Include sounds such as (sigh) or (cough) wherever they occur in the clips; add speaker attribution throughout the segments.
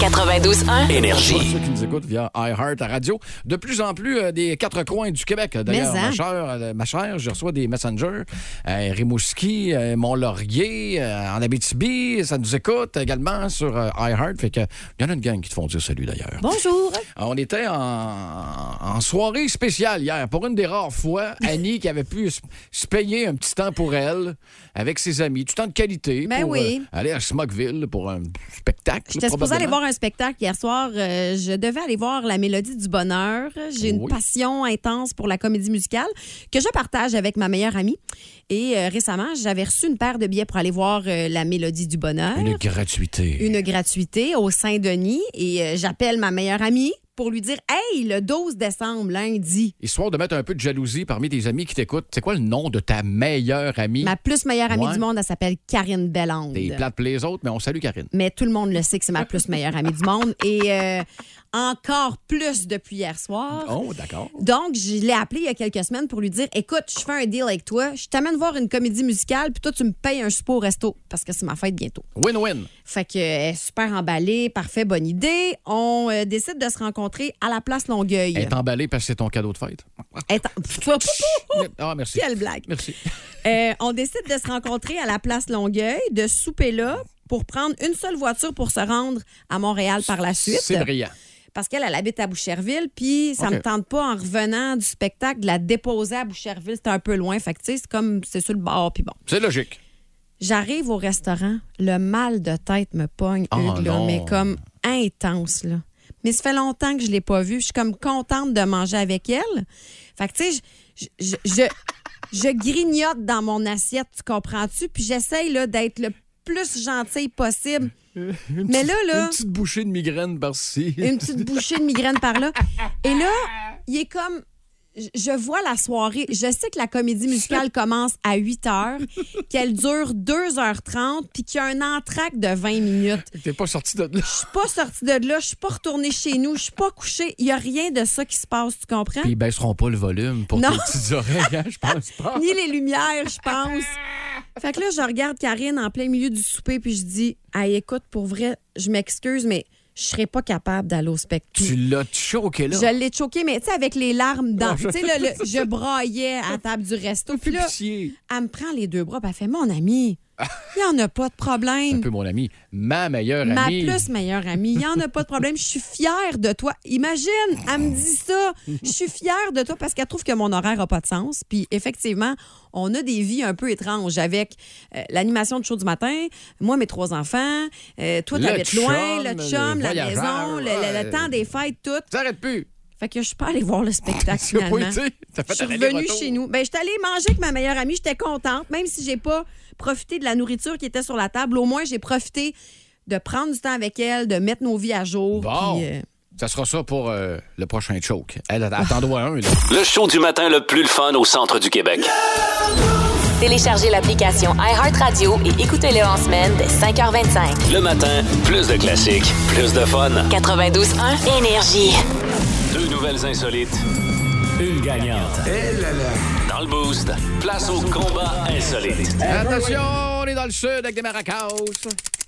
Speaker 1: 92.1
Speaker 2: Énergie.
Speaker 3: Pour ceux qui nous écoutent via iHeart à radio. De plus en plus euh, des quatre coins du Québec. D'ailleurs,
Speaker 4: Mais, hein.
Speaker 3: ma, chère, euh, ma chère, je reçois des messengers. Euh, Rimouski, euh, Mont-Laurier, euh, en Abitibi, ça nous écoute également sur euh, iHeart. Fait que il y en a une gang qui te font dire salut d'ailleurs.
Speaker 4: Bonjour.
Speaker 3: Euh, On était en, en soirée spéciale hier. Pour une des rares
Speaker 4: (laughs)
Speaker 3: fois, Annie qui avait pu se- se payer un petit temps pour elle, avec ses amis, du temps de qualité,
Speaker 4: Ben
Speaker 3: pour
Speaker 4: oui.
Speaker 3: euh, aller à Smogville pour un spectacle.
Speaker 4: J'étais supposée aller
Speaker 3: probablement.
Speaker 4: voir un spectacle hier soir. Euh, je devais aller voir La Mélodie du Bonheur. J'ai une
Speaker 3: Oui.
Speaker 4: passion intense pour la comédie musicale que je partage avec ma meilleure amie. Et euh, récemment, j'avais reçu une paire de billets pour aller voir euh, La Mélodie du Bonheur.
Speaker 3: Une gratuité.
Speaker 4: une gratuité au Saint-Denis et euh, j'appelle ma meilleure amie pour lui dire Hey, le 12 décembre, lundi,
Speaker 3: Histoire de mettre un peu de jalousie parmi tes amis qui t'écoutent, c'est quoi le nom de ta meilleure amie?
Speaker 4: ma plus meilleure amie
Speaker 3: Ouais.
Speaker 4: du monde, elle s'appelle Karine Bellande.
Speaker 3: T'es plate pour les autres, mais on salue Karine.
Speaker 4: Mais tout le monde le sait que c'est ma plus meilleure amie du monde et euh, encore plus depuis hier soir.
Speaker 3: Oh, d'accord.
Speaker 4: Donc, je l'ai appelé il y a quelques semaines pour lui dire Écoute, je fais un deal avec toi, je t'amène voir une comédie musicale, puis toi, tu me payes un souper au resto, parce que c'est ma fête bientôt.
Speaker 3: Win-win.
Speaker 4: Fait que euh, super emballé, parfait, bonne idée. On euh, décide de se rencontrer à la place Longueuil.
Speaker 3: Elle est emballée parce que c'est ton cadeau de fête.
Speaker 4: Elle est en- (laughs) Pff, toi, pou, pou, pou.
Speaker 3: Mais- Ah, merci.
Speaker 4: Quelle blague.
Speaker 3: Merci.
Speaker 4: Euh, on décide de se rencontrer à la place Longueuil, de souper là pour prendre une seule voiture pour se rendre à Montréal par la suite.
Speaker 3: C'est brillant.
Speaker 4: Parce qu'elle, elle habite à Boucherville, puis ça
Speaker 3: OK.
Speaker 4: me tente pas, en revenant du spectacle, de la déposer à Boucherville. C'est un peu loin. Fait que, tu sais, c'est comme, c'est sur le bord, puis bon.
Speaker 3: C'est logique.
Speaker 4: J'arrive au restaurant, le mal de tête me pogne,
Speaker 3: Oh
Speaker 4: Hugues, là,
Speaker 3: non.
Speaker 4: mais comme intense, là. Mais ça fait longtemps que je l'ai pas vue. Je suis comme contente de manger avec elle. Fait que, tu sais, je, je, je- je grignote dans mon assiette, tu comprends-tu? Puis j'essaye, là, d'être le plus
Speaker 3: (laughs)
Speaker 4: gentille possible. Mais là, là...
Speaker 3: Une petite bouchée de migraine par-ci.
Speaker 4: une petite bouchée de migraine par là. Et là, il est comme. je- Je vois la soirée. Je sais que la
Speaker 3: (laughs)
Speaker 4: comédie musicale commence à 8 heures, qu'elle dure 2h30, puis qu'il y a un entracte de 20 minutes.
Speaker 3: T'es pas sorti de là.
Speaker 4: Je suis pas sortie de là, je suis pas retournée chez nous, je suis pas couchée. Il y a rien de ça qui se passe, tu comprends?
Speaker 3: Puis ils baisseront pas le volume pour
Speaker 4: Non.
Speaker 3: tes petites oreilles, hein, je pense pas.
Speaker 4: Ni les lumières, je pense. Fait que là, je regarde Karine en plein milieu du souper, puis je dis Hey, écoute, pour vrai, je m'excuse, mais je serais pas capable d'aller au spectacle.
Speaker 3: Tu l'as choqué là.
Speaker 4: Je l'ai choqué, mais tu sais, avec les larmes dans. Tu sais, là, le- je braillais à la table du resto. Puis là,
Speaker 3: Pitié.
Speaker 4: elle me prend les deux bras, puis elle fait Mon ami, il n'y en a pas de
Speaker 3: Ah. Un
Speaker 4: problème.
Speaker 3: peu mon ami. Ma meilleure
Speaker 4: Ma
Speaker 3: amie.
Speaker 4: plus meilleure amie, il n'y en a pas de problème. Je suis fière de toi. Imagine, elle me dit ça. Je suis fière de toi parce qu'elle trouve que mon horaire n'a pas de sens. Puis effectivement, on a des vies un peu étranges avec euh, l'animation de show du matin, moi, mes trois enfants, euh, toi,
Speaker 3: Le
Speaker 4: t'habites loin,
Speaker 3: chum,
Speaker 4: le
Speaker 3: le
Speaker 4: chum, la
Speaker 3: voyageur,
Speaker 4: maison, le, le- le
Speaker 3: ouais.
Speaker 4: temps des fêtes, tout.
Speaker 3: T'arrêtes plus.
Speaker 4: Fait que je suis pas
Speaker 3: (laughs)
Speaker 4: allée voir le spectacle
Speaker 3: Tu as pas
Speaker 4: finalement.
Speaker 3: été. T'as
Speaker 4: Je
Speaker 3: fait
Speaker 4: suis
Speaker 3: un
Speaker 4: revenue
Speaker 3: aller-retour.
Speaker 4: chez nous. Ben, j'étais allée manger avec ma meilleure amie. J'étais contente, même si j'ai pas profité de la nourriture qui était sur la table. Au moins, j'ai profité de prendre du temps avec elle, de mettre nos vies à jour.
Speaker 3: Bon.
Speaker 4: puis, euh,
Speaker 3: Ça sera ça pour euh, le prochain choke. Elle attendra un, là.
Speaker 2: Le show du matin le plus le fun au centre du Québec.
Speaker 1: Téléchargez l'application iHeartRadio et écoutez-le en semaine dès 5h25.
Speaker 2: Le matin, plus de classiques, plus de fun.
Speaker 1: 92.1 Énergie.
Speaker 2: Deux nouvelles insolites, une gagnante. Dans le boost, place au combat insolite.
Speaker 3: Attention, on est dans le sud avec des maracas.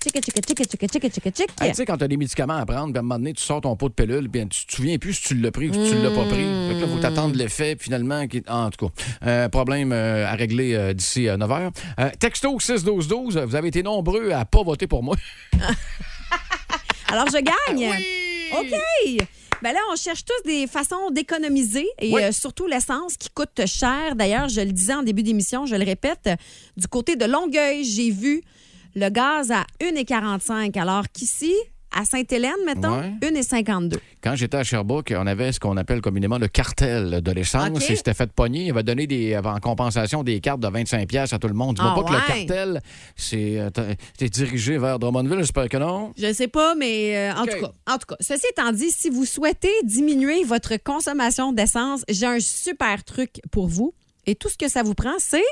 Speaker 4: Tchik, tchik, tchik, tchik, tchik, tchik, tchik.
Speaker 3: Hey, tu sais, quand t'as des médicaments à prendre, puis à un moment donné, tu sors ton pot de pilule, puis tu te souviens plus si tu l'as pris ou si tu l'as pas pris. Fait que là, faut t'attendre l'effet, puis finalement. Qui... ah, en tout cas, euh, problème euh, à régler euh, d'ici 9 h. texto 6-12-12, euh, vous avez été nombreux à pas voter pour moi.
Speaker 4: Alors, je gagne. OK. Ben là, on cherche tous des façons d'économiser et
Speaker 3: Oui.
Speaker 4: euh, surtout l'essence qui coûte cher. D'ailleurs, je le disais en début d'émission, je le répète, euh, du côté de Longueuil, j'ai vu le gaz à 1,45 alors qu'ici, à Sainte-Hélène, mettons,
Speaker 3: Ouais.
Speaker 4: 1,52.
Speaker 3: Quand j'étais à Sherbrooke, on avait ce qu'on appelle communément le cartel de l'essence.
Speaker 4: OK.
Speaker 3: Et c'était fait pogner. Il avait donné des, avait en compensation des cartes de 25 pièces à tout le monde. Dis-moi
Speaker 4: Ah
Speaker 3: pas que
Speaker 4: ouais.
Speaker 3: le cartel c'est euh, t- c'est dirigé vers Drummondville. J'espère que non.
Speaker 4: Je ne sais pas, mais euh, en,
Speaker 3: OK.
Speaker 4: tout cas, en tout cas, ceci étant dit, si vous souhaitez diminuer votre consommation d'essence, j'ai un super truc pour vous. Et tout ce que ça vous prend, c'est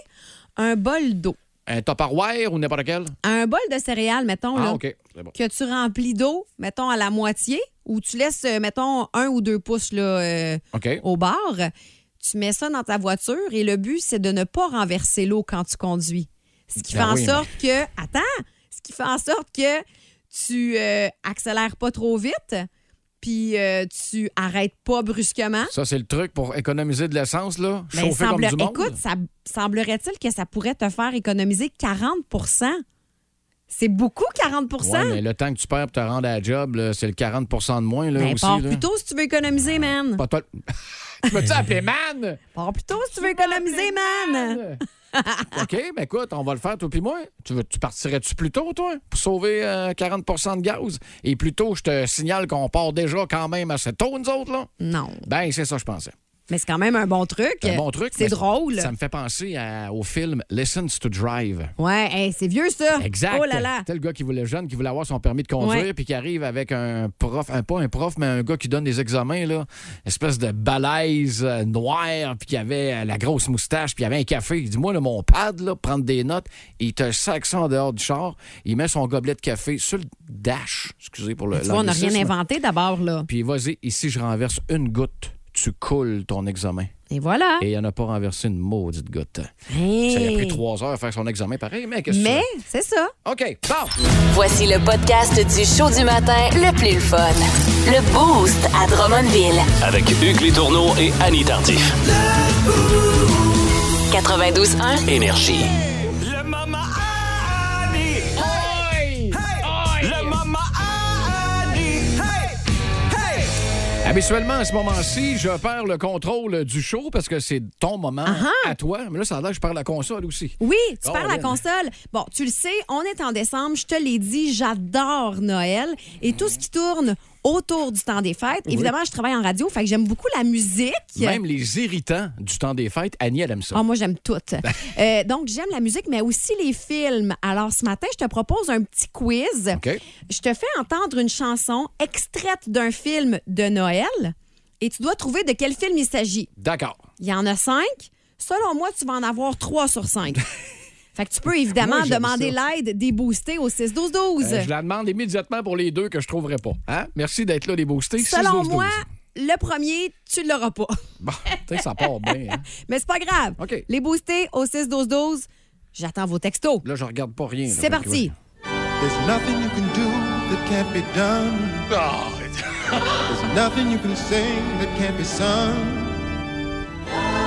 Speaker 4: un bol d'eau.
Speaker 3: Un Tupperware ou n'importe quel.
Speaker 4: Un bol de céréales, mettons,
Speaker 3: Ah,
Speaker 4: Oh là,
Speaker 3: OK. C'est bon.
Speaker 4: que tu remplis d'eau, mettons à la moitié, où tu laisses, euh, mettons, un ou deux pouces là, euh,
Speaker 3: OK.
Speaker 4: au bar. Tu mets ça dans ta voiture et le but, c'est de ne pas renverser l'eau quand tu conduis. Ce qui
Speaker 3: Ben
Speaker 4: fait
Speaker 3: oui,
Speaker 4: en sorte que. Attends! Ce qui fait en sorte que tu euh, accélères pas trop vite, puis euh, tu arrêtes pas brusquement.
Speaker 3: Ça, c'est le truc pour économiser de l'essence, là.
Speaker 4: Ben,
Speaker 3: chauffer
Speaker 4: semble-
Speaker 3: comme du monde.
Speaker 4: Écoute, ça semblerait-il que ça pourrait te faire économiser 40 C'est beaucoup, 40
Speaker 3: Ouais, mais le temps que tu perds pour te rendre à la job, là, c'est le 40 de moins, là,
Speaker 4: Ben,
Speaker 3: aussi.
Speaker 4: pars
Speaker 3: là.
Speaker 4: plus tôt si tu veux économiser, man.
Speaker 3: Pas toi. (laughs) tu m'as-tu appelé man?
Speaker 4: Pars plus tôt si tu veux économiser, man. Ah.
Speaker 3: OK, ben écoute, on va le faire, toi puis moi. Tu, veux- tu partirais-tu plus tôt, toi, pour sauver euh, 40 de gaz? Et plus tôt, je te signale qu'on part déjà quand même assez tôt, nous autres, là.
Speaker 4: Non.
Speaker 3: Ben, c'est ça, je pensais.
Speaker 4: Mais c'est quand même un bon truc.
Speaker 3: C'est un bon truc.
Speaker 4: C'est
Speaker 3: mais
Speaker 4: drôle.
Speaker 3: Ça me fait penser à- au film Lessons to Drive.
Speaker 4: Ouais, hey, c'est vieux, ça.
Speaker 3: Exact.
Speaker 4: Oh là là.
Speaker 3: T'as le gars qui voulait jeune, qui voulait avoir son permis de conduire,
Speaker 4: Ouais.
Speaker 3: puis qui arrive avec un prof, un, pas un prof, mais un gars qui donne des examens, là, espèce de balaise euh, noire, puis qui avait euh, la grosse moustache, puis il avait un café. Il dit Moi, là, mon pad, là, prendre des notes, il te sac ça en dehors du char, il met son gobelet de café sur le dash, excusez pour le.
Speaker 4: Tu vois, on n'a rien
Speaker 3: l'anglicisme.
Speaker 4: inventé d'abord, là.
Speaker 3: Puis vas-y, ici, je renverse une goutte, tu coules ton examen.
Speaker 4: Et voilà.
Speaker 3: Et il en a pas renversé une maudite goutte. Ça lui a
Speaker 4: Ah. Hey.
Speaker 3: pris trois heures à faire son examen pareil, mais qu'est-ce que
Speaker 4: Mais
Speaker 3: tu
Speaker 4: c'est ça.
Speaker 3: veux? OK, bon!
Speaker 1: Voici le podcast du show du matin le plus le fun. Le Boost à Drummondville.
Speaker 2: Avec Hugues Létourneau et Annie Tardif.
Speaker 1: 92.1.
Speaker 2: Énergie.
Speaker 5: Le Mama Annie.
Speaker 3: Hey!
Speaker 5: Hey! Le Mama Annie. Hey! Hey!
Speaker 3: Habituellement, à ce moment-ci, je perds le contrôle du show parce que c'est ton moment à toi. Mais là, ça a l'air que je perds la console aussi.
Speaker 4: Ah Oui, tu
Speaker 3: Oh,
Speaker 4: perds la
Speaker 3: man.
Speaker 4: console. Bon, tu le sais, on est en décembre, je te l'ai dit, j'adore Noël et tout ce qui tourne autour du temps des fêtes. Évidemment, je travaille en radio, fait que j'aime beaucoup la musique.
Speaker 3: Même les irritants du temps des fêtes, Annie, elle aime ça.
Speaker 4: Ah, moi, j'aime
Speaker 3: (laughs)
Speaker 4: toutes. Euh, donc, j'aime la musique, mais aussi les films. Alors, ce matin, je te propose un petit quiz.
Speaker 3: OK.
Speaker 4: Je te fais entendre une chanson extraite d'un film de Noël et tu dois trouver de quel film il s'agit.
Speaker 3: D'accord.
Speaker 4: Il y en a cinq. Selon moi, tu vas en avoir trois
Speaker 3: (laughs)
Speaker 4: sur cinq. fait que tu peux évidemment
Speaker 3: Moi, j'aime
Speaker 4: demander l'aide des boostés au 6-12-12.
Speaker 3: Euh, je la demande immédiatement pour les deux que je trouverai pas. Hein? Merci d'être là, les boostés.
Speaker 4: Selon
Speaker 3: 6-12-12.
Speaker 4: moi, le premier, tu l'auras pas. (laughs)
Speaker 3: Bon, tu sais, ça part bien. hein.
Speaker 4: Mais c'est pas grave.
Speaker 3: OK.
Speaker 4: Les boostés au 6-12-12, j'attends vos textos.
Speaker 3: Là, je regarde pas rien. là. Fait
Speaker 4: C'est
Speaker 3: que,
Speaker 4: parti.
Speaker 3: ouais.
Speaker 6: There's nothing you can do that can't be done. There's nothing you can sing that can't be sung.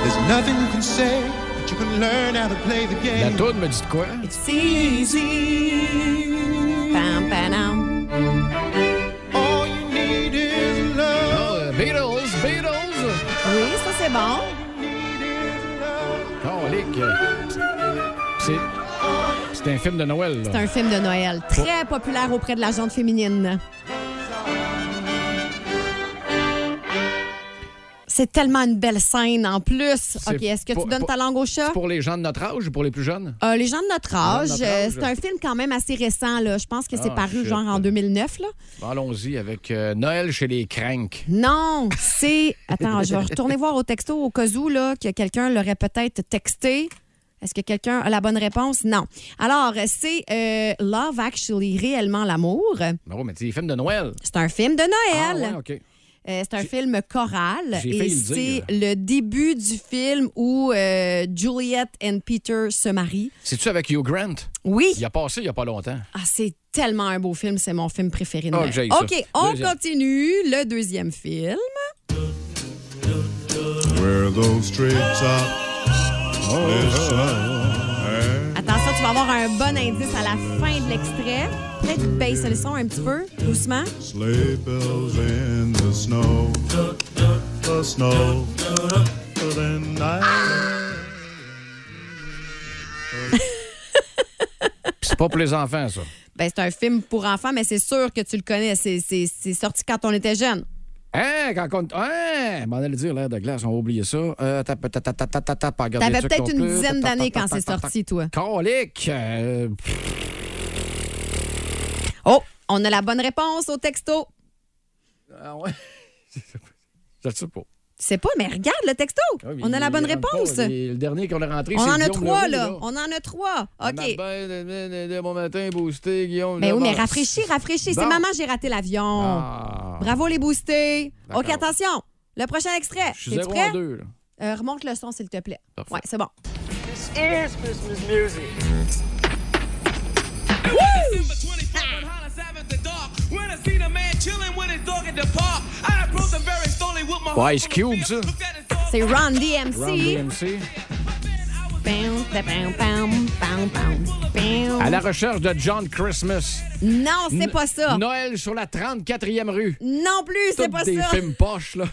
Speaker 6: There's nothing you can say, but you can learn how to play the
Speaker 3: La
Speaker 6: game.
Speaker 3: toune me dit de quoi?
Speaker 4: Pam, pam,
Speaker 6: All you need is
Speaker 3: Oh,
Speaker 6: love.
Speaker 3: euh, Beatles, Beatles!
Speaker 4: pam. Oui, ça, c'est bon.
Speaker 3: Colique. C'est... C'est un film de Noël, là.
Speaker 4: C'est un film de Noël très populaire auprès de la gente féminine. C'est tellement une belle scène en plus.
Speaker 3: C'est
Speaker 4: OK, est-ce que
Speaker 3: pas-
Speaker 4: tu donnes
Speaker 3: pas-
Speaker 4: ta langue au chat?
Speaker 3: Pour les gens de notre âge ou pour les plus jeunes?
Speaker 4: Euh, les gens de notre âge,
Speaker 3: notre
Speaker 4: euh,
Speaker 3: âge.
Speaker 4: c'est un film quand même assez récent. Là. Je pense que c'est
Speaker 3: Ah,
Speaker 4: paru
Speaker 3: shit.
Speaker 4: genre en 2009. Là.
Speaker 3: Allons-y avec euh, Noël chez les cranks.
Speaker 4: Non, c'est... Attends, je vais retourner voir au texto au cas où là, que quelqu'un l'aurait peut-être texté. Est-ce que quelqu'un a la bonne réponse? Non. Alors, c'est euh, Love Actually, réellement l'amour.
Speaker 3: Non, mais c'est des films de Noël.
Speaker 4: C'est un film de Noël.
Speaker 3: Ah, ouais, OK.
Speaker 4: Euh, c'est un film choral
Speaker 3: j'ai
Speaker 4: et
Speaker 3: failli le
Speaker 4: c'est
Speaker 3: dire.
Speaker 4: le début du film où euh, Juliet et Peter se marient.
Speaker 3: C'est-tu avec Hugh Grant?
Speaker 4: Oui,
Speaker 3: Il a passé il n'y a pas longtemps.
Speaker 4: ah, c'est tellement un beau film, c'est mon film préféré. de
Speaker 3: Ah,
Speaker 4: Noël.
Speaker 3: que j'aille ça.
Speaker 4: ok, on
Speaker 3: Deuxième.
Speaker 4: continue le deuxième film.
Speaker 6: Where those trips are.
Speaker 4: Attention, tu vas avoir un bon indice à la fin de l'extrait. Peut-être que tu baisses le son un petit peu, doucement.
Speaker 6: Sleigh bells in the snow. The snow. The night.
Speaker 3: Puis C'est pas pour les enfants, ça.
Speaker 4: Ben, c'est un film pour enfants, mais c'est sûr que tu le connais. C'est- C'est c'est sorti quand on était jeune.
Speaker 3: Hein, quand on. Hein, m'en allait dire l'air de glace, on va oublier ça. Euh, ta- ta- ta- ta- ta- ta- ta- ta- pas regarder
Speaker 4: T'avais
Speaker 3: ça
Speaker 4: peut-être
Speaker 3: non
Speaker 4: une
Speaker 3: plus.
Speaker 4: dizaine
Speaker 3: Ta- ta-
Speaker 4: d'années
Speaker 3: ta-
Speaker 4: quand
Speaker 3: ta-
Speaker 4: c'est
Speaker 3: ta- ta-
Speaker 4: sorti, toi.
Speaker 3: Colique! euh, pff,
Speaker 4: Oh, on a la bonne réponse au texto.
Speaker 3: ah ouais. Je le sais pas.
Speaker 4: Tu sais pas, mais regarde le texto.
Speaker 3: Ouais, mais
Speaker 4: on a la
Speaker 3: Ah il
Speaker 4: bonne
Speaker 3: rentre pas.
Speaker 4: réponse.
Speaker 3: Les- Le dernier qu'on a rentré,
Speaker 4: On
Speaker 3: c'est
Speaker 4: en a
Speaker 3: Guillaume
Speaker 4: trois,
Speaker 3: Leroux,
Speaker 4: là. On en a trois. OK.
Speaker 3: Bon matin, boosté, Guillaume.
Speaker 4: Ben oui, mais
Speaker 3: Leroux.
Speaker 4: rafraîchis, rafraîchis. C'est
Speaker 3: Bon.
Speaker 4: maman, j'ai raté l'avion.
Speaker 3: Ah.
Speaker 4: Bravo les boostés.
Speaker 3: D'accord.
Speaker 4: OK, attention. Le prochain extrait.
Speaker 3: Je suis
Speaker 4: Es-tu
Speaker 3: 0
Speaker 4: prêt?
Speaker 3: en 2. Là.
Speaker 4: Euh, remonte le son, s'il te plaît.
Speaker 3: Parfait.
Speaker 4: Ouais, c'est bon.
Speaker 7: is Christmas music.
Speaker 3: Ouais, Ice Cube, ça.
Speaker 4: C'est Ron
Speaker 3: Round
Speaker 4: DMC.
Speaker 3: DMC.
Speaker 4: Pam, ta, pam, pam, pam, pam, pam.
Speaker 3: À la recherche de John Christmas.
Speaker 4: Non, c'est pas ça.
Speaker 3: Noël sur la 34e rue.
Speaker 4: Non plus, c'est
Speaker 3: Toutes
Speaker 4: pas
Speaker 3: des
Speaker 4: ça.
Speaker 3: films poches, là.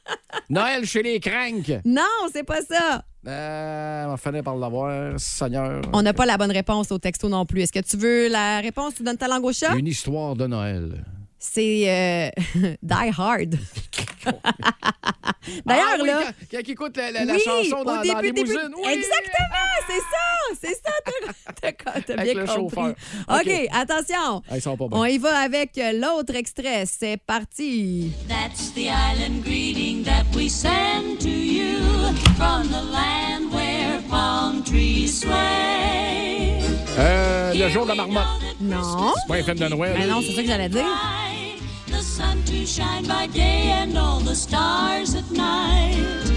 Speaker 3: (laughs) Noël chez les cranks.
Speaker 4: Non, c'est pas ça.
Speaker 3: Euh, on finit par l'avoir, Seigneur.
Speaker 4: On n'a pas la bonne réponse au texto non plus. Est-ce que tu veux la réponse? Tu donnes ta langue au chat?
Speaker 3: Une histoire de Noël.
Speaker 4: C'est euh, (laughs) Die
Speaker 3: (laughs)
Speaker 4: Hard. D'ailleurs,
Speaker 3: Ah oui,
Speaker 4: là.
Speaker 3: Quand, quand il écoute la, la- la
Speaker 4: oui,
Speaker 3: chanson dans,
Speaker 4: au
Speaker 3: dans
Speaker 4: début,
Speaker 3: la
Speaker 4: début-
Speaker 3: limousine. Oui.
Speaker 4: Exactement, c'est ça, c'est ça, t'as-
Speaker 3: (laughs)
Speaker 4: t'as co- t'as
Speaker 3: Avec
Speaker 4: bien
Speaker 3: le
Speaker 4: compris.
Speaker 3: chauffeur.
Speaker 4: OK,
Speaker 3: OK.
Speaker 4: attention.
Speaker 3: Ah, ils sont pas bons.
Speaker 4: On y va avec euh, l'autre extrait. C'est parti.
Speaker 8: That's the island greeting that we send to you from the land where palm trees sway.
Speaker 3: Euh, le jour de la marmotte.
Speaker 4: Non.
Speaker 3: C'est pas un film de Noël.
Speaker 4: Mais Ah non, c'est ça que j'allais dire.
Speaker 8: The sun to shine by day and all the stars at night.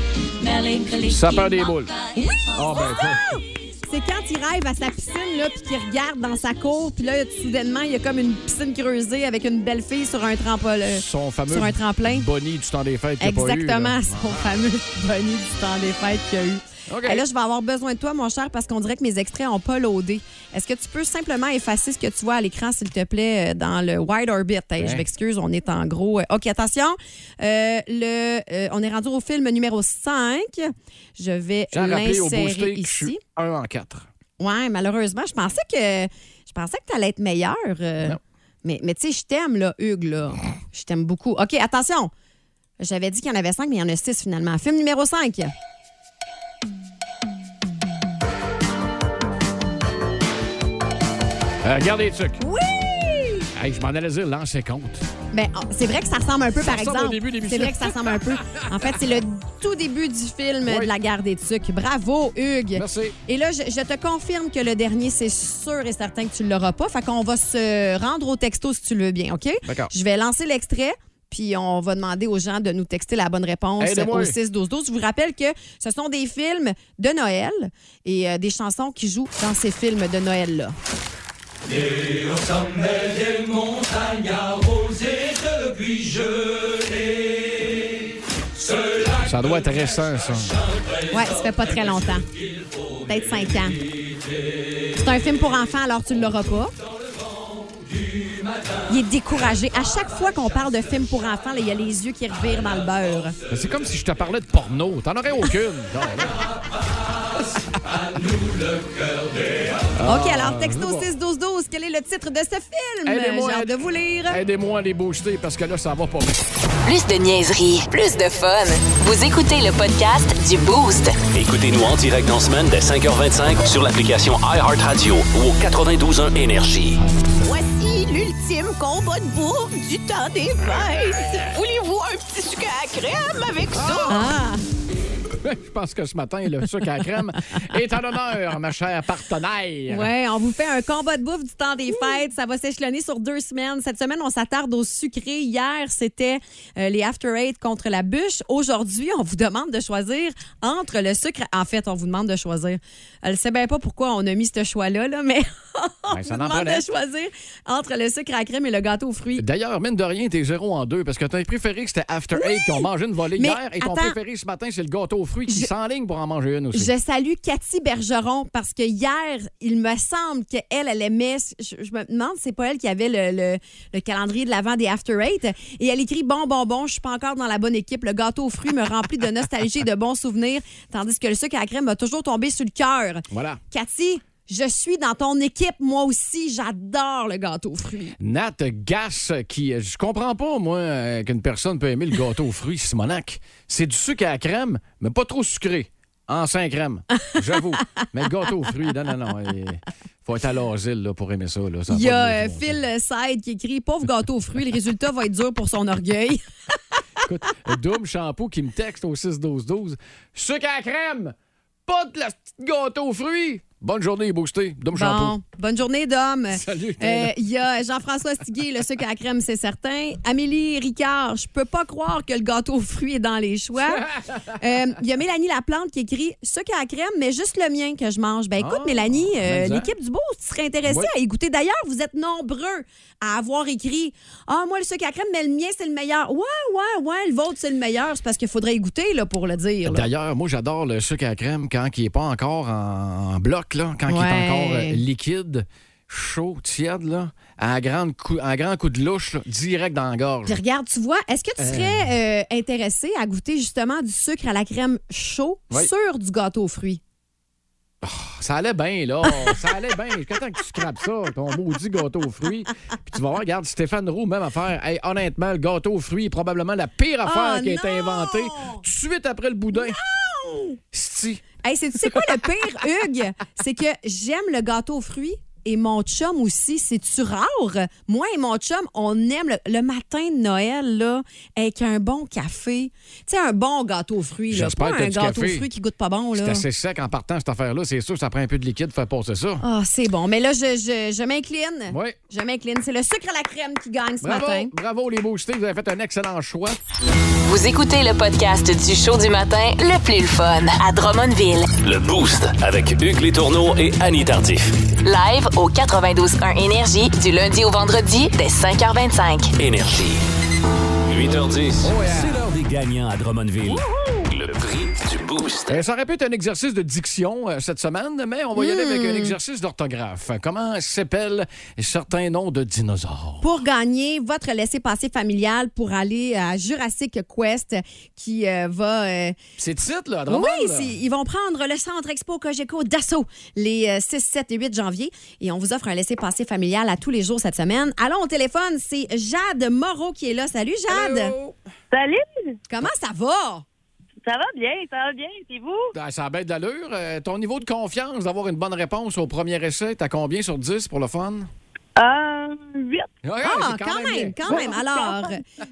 Speaker 8: Melancholy
Speaker 3: Sapeur des boules.
Speaker 8: Oui!
Speaker 3: Ah, ben, ça.
Speaker 4: C'est quand il rêve à sa piscine, là, puis qu'il regarde dans sa cour, puis là, soudainement, il y a comme une piscine creusée avec une belle fille sur un trampoline.
Speaker 3: Son fameux
Speaker 4: Euh, Sur un tremplin.
Speaker 3: Bonnie du temps des fêtes qu'il a pas eu, là.
Speaker 4: Exactement, son fameux Bonnie du temps des fêtes qu'il y a eu.
Speaker 3: OK.
Speaker 4: Et là, je vais avoir besoin de toi, mon cher, parce qu'on dirait que mes extraits n'ont pas loadé. Est-ce que tu peux simplement effacer ce que tu vois à l'écran, s'il te plaît, euh, dans le wide orbit? Hey, Je m'excuse, on est en gros. euh, OK, attention. Euh, le, euh, on est rendu au film numéro 5. Je vais
Speaker 3: J'ai rappelé au
Speaker 4: l'insérer
Speaker 3: boosté que je
Speaker 4: ici.
Speaker 3: suis 1 en 4.
Speaker 4: Ouais, malheureusement, je pensais que je pensais que t'allais être meilleur. euh,
Speaker 3: Non.
Speaker 4: mais mais tu sais, je t'aime là, Hugues là. Je t'aime beaucoup. OK, attention. J'avais dit qu'il y en avait cinq, mais il y en a six finalement. Film numéro 5.
Speaker 3: Euh, regardez les trucs.
Speaker 4: Oui!
Speaker 3: Hey, je m'en allais dire l'an 50.
Speaker 4: Ben, oh, c'est vrai que ça ressemble un peu, par
Speaker 3: ressemble au
Speaker 4: exemple.
Speaker 3: début de l'émission.
Speaker 4: C'est vrai que ça ressemble un peu. En fait, c'est le tout début du film
Speaker 3: Oui.
Speaker 4: de la guerre des tucs. Bravo, Hugues.
Speaker 3: Merci.
Speaker 4: Et là, je, je te confirme que le dernier, c'est sûr et certain que tu ne l'auras pas. Fait qu'on va se rendre au texto si tu le veux bien, OK?
Speaker 3: D'accord.
Speaker 4: Je vais lancer l'extrait. Puis on va demander aux gens de nous texter la bonne réponse
Speaker 3: Aidez-moi.
Speaker 4: au 6-12-12. Je vous rappelle que ce sont des films de Noël et euh, des chansons qui jouent dans ces films de Noël-là.
Speaker 3: Ça doit être récent, ça.
Speaker 4: Ouais, ça fait pas très longtemps. Peut-être 5 ans. C'est un film pour enfants, alors tu l'auras pas. Il est découragé. À chaque fois qu'on parle de film pour enfants, là, il y a les yeux qui revirent dans le beurre.
Speaker 3: Mais C'est comme si je te parlais de porno. T'en aurais
Speaker 4: (laughs)
Speaker 3: aucune. Non, là.
Speaker 4: OK, alors,
Speaker 3: Ah, je
Speaker 4: texto
Speaker 3: vois.
Speaker 4: 6-12-12, quel est le titre de ce film?
Speaker 3: Aidez-moi,
Speaker 4: J'ai hâte de
Speaker 3: aide-
Speaker 4: vous lire.
Speaker 3: Aidez-moi à les booster parce que là, ça va pas bien. (laughs)
Speaker 1: Plus de niaiserie, plus de fun. Vous écoutez le podcast du Boost.
Speaker 2: Écoutez-nous en direct en semaine dès 5h25 sur l'application iHeartRadio ou au 92.1 Énergie.
Speaker 9: Voici l'ultime combat de bourre du temps des fêtes. Voulez-vous un petit sucre à la crème avec ça?
Speaker 4: Ah,
Speaker 3: Je pense que ce matin, le sucre à la crème est en honneur, ma chère partenaire.
Speaker 4: ouais, on vous fait un combat de bouffe du temps des fêtes. Ça va s'échelonner sur deux semaines. Cette semaine, on s'attarde au sucré. Hier, c'était euh, les After Eight contre la bûche. Aujourd'hui, on vous demande de choisir entre le sucre. En fait, on vous demande de choisir. Elle ne sait bien pas pourquoi on a mis ce choix-là, là, mais (laughs) on
Speaker 3: Ben,
Speaker 4: vous
Speaker 3: ça n'en
Speaker 4: demande
Speaker 3: prenait.
Speaker 4: de choisir entre le sucre à la crème et le gâteau aux fruits.
Speaker 3: D'ailleurs, mine de rien, t'es zéro en deux parce que t'as préféré que c'était After Eight qu'on mangeait une volée
Speaker 4: Mais
Speaker 3: hier et ton
Speaker 4: attends.
Speaker 3: préféré ce matin, c'est le gâteau aux fruits qui
Speaker 4: Je-
Speaker 3: s'enligne pour en manger une aussi.
Speaker 4: Je salue Cathy Bergeron parce que hier, il me semble qu'elle, elle aimait. Je, je me demande, c'est pas elle qui avait le, le- le calendrier de l'avant des After Eight. Et elle écrit Bon, bon, bon, je suis pas encore dans la bonne équipe. Le gâteau aux fruits me remplit de nostalgie et de bons souvenirs, tandis que le sucre à la crème m'a toujours tombé sur le cœur.
Speaker 3: Voilà.
Speaker 4: Cathy, je suis dans ton équipe, moi aussi. J'adore le gâteau aux fruits.
Speaker 3: Nat Gas, qui. Je comprends pas, moi, euh, qu'une personne peut aimer le gâteau aux fruits Simonac. C'est du sucre à la crème, mais pas trop sucré. En 5 crème, j'avoue. mais le gâteau aux fruits, non, non, non. euh, Faut être à l'asile là, pour aimer ça. Là. Ça
Speaker 4: Il y
Speaker 3: pas
Speaker 4: a
Speaker 3: de-
Speaker 4: euh, Phil Side qui écrit Pauvre gâteau aux fruits, le résultat va être dur pour son orgueil.
Speaker 3: Écoute, Doom Shampoo qui me texte au 6-12-12. Sucre à la crème! Pas de la petite gâteau aux fruits! Bonne journée, boosté. Dom Shampoo.
Speaker 4: Bon, bonne journée, Dom.
Speaker 3: Salut.
Speaker 4: Euh, Il y a Jean-François Stiguet, le sucre à la crème, c'est certain. Amélie Ricard, je peux pas croire que le gâteau aux fruits est dans
Speaker 3: (laughs)
Speaker 4: les choix. Euh, Il y a Mélanie Laplante qui écrit sucre à la crème, mais juste le mien que je mange. Ben écoute,
Speaker 3: Ah,
Speaker 4: Mélanie, euh,
Speaker 3: mais ça.
Speaker 4: l'équipe du beau, tu serais intéressée
Speaker 3: Oui.
Speaker 4: à y goûter. D'ailleurs, vous êtes nombreux à avoir écrit Ah, moi, le sucre à la crème, mais le mien, c'est le meilleur. Ouais, ouais, ouais, le vôtre, c'est le meilleur. C'est parce qu'il faudrait y goûter là, pour le dire. là.
Speaker 3: D'ailleurs, moi, j'adore le sucre à la crème quand il n'est pas encore en, en bloc, là, quand il
Speaker 4: Ouais.
Speaker 3: est encore euh, liquide, chaud, tiède, là, à, grande cou- à grand coup de louche, là, direct dans la gorge.
Speaker 4: Puis regarde, tu vois, est-ce que tu serais euh, intéressé à goûter justement du sucre à la crème chaud
Speaker 3: Oui.
Speaker 4: sur du gâteau aux fruits?
Speaker 3: Ça allait bien,
Speaker 4: (laughs)
Speaker 3: là. ça allait bien. Jusqu'à temps que tu scrapes ça, ton maudit gâteau aux fruits. Puis tu vas voir, regarde, Stéphane Roux, même affaire. Hey, honnêtement, le gâteau aux fruits est probablement la pire affaire qui a été
Speaker 4: Oh, non!
Speaker 3: inventée tout de suite après le boudin. Si.
Speaker 4: Hey, c'est- tu sais quoi le
Speaker 3: (laughs)
Speaker 4: pire, Hugues? C'est que j'aime le gâteau aux fruits. Et mon chum aussi, c'est-tu rare? Moi et mon chum, on aime le, le matin de Noël, là, avec un bon café. Tu sais, un bon gâteau aux fruits, là.
Speaker 3: J'espère
Speaker 4: Pas
Speaker 3: que t'as
Speaker 4: un
Speaker 3: du
Speaker 4: gâteau aux
Speaker 3: café.
Speaker 4: fruits qui goûte pas bon,
Speaker 3: C'est
Speaker 4: Oh, là.
Speaker 3: assez sec en partant, cette affaire-là. C'est sûr, ça prend un peu de liquide pour faire passer ça.
Speaker 4: Ah, c'est bon. Mais là, je, je- je m'incline.
Speaker 3: Ouais.
Speaker 4: Je m'incline. C'est le sucre à la crème qui gagne ce
Speaker 3: Bravo,
Speaker 4: matin.
Speaker 3: bravo les boostés, vous avez fait un excellent choix.
Speaker 1: Vous écoutez le podcast du show du matin le plus le fun à Drummondville.
Speaker 2: Le Boost avec Hugues Létourneau et Annie Tardif.
Speaker 1: Live au 92.1 Énergie du lundi au vendredi dès 5h25.
Speaker 2: Énergie. 8h10. C'est l'heure des gagnants à Drummondville. Le prix du Boost.
Speaker 3: Euh, ça aurait pu être un exercice de diction euh, cette semaine, mais on va y aller avec
Speaker 4: Hmm.
Speaker 3: un exercice d'orthographe. Comment s'appellent certains noms de dinosaures?
Speaker 4: pour gagner votre laissez-passer familial pour aller à Jurassic Quest qui euh, va. euh,
Speaker 3: C'est titre, là, à Drummond,
Speaker 4: oui,
Speaker 3: là.
Speaker 4: c'est- ils vont prendre le centre Expo Cogeco d'assaut les euh, 6, 7 et 8 janvier et on vous offre un laissez-passer familial à tous les jours cette semaine. Allons au téléphone, c'est Jade Moreau qui est là. Salut Jade!
Speaker 7: Salut!
Speaker 4: Comment ça va?
Speaker 7: Ça va bien, ça va bien, c'est vous?
Speaker 3: Ah, Ça a bien de l'allure. Euh, ton niveau de confiance d'avoir une bonne réponse au premier essai, t'as combien sur 10 pour le fun?
Speaker 7: Euh, 8.
Speaker 3: Ah,
Speaker 4: Ah,
Speaker 3: c'est
Speaker 4: quand, même,
Speaker 3: bien.
Speaker 4: quand (laughs) même. Alors,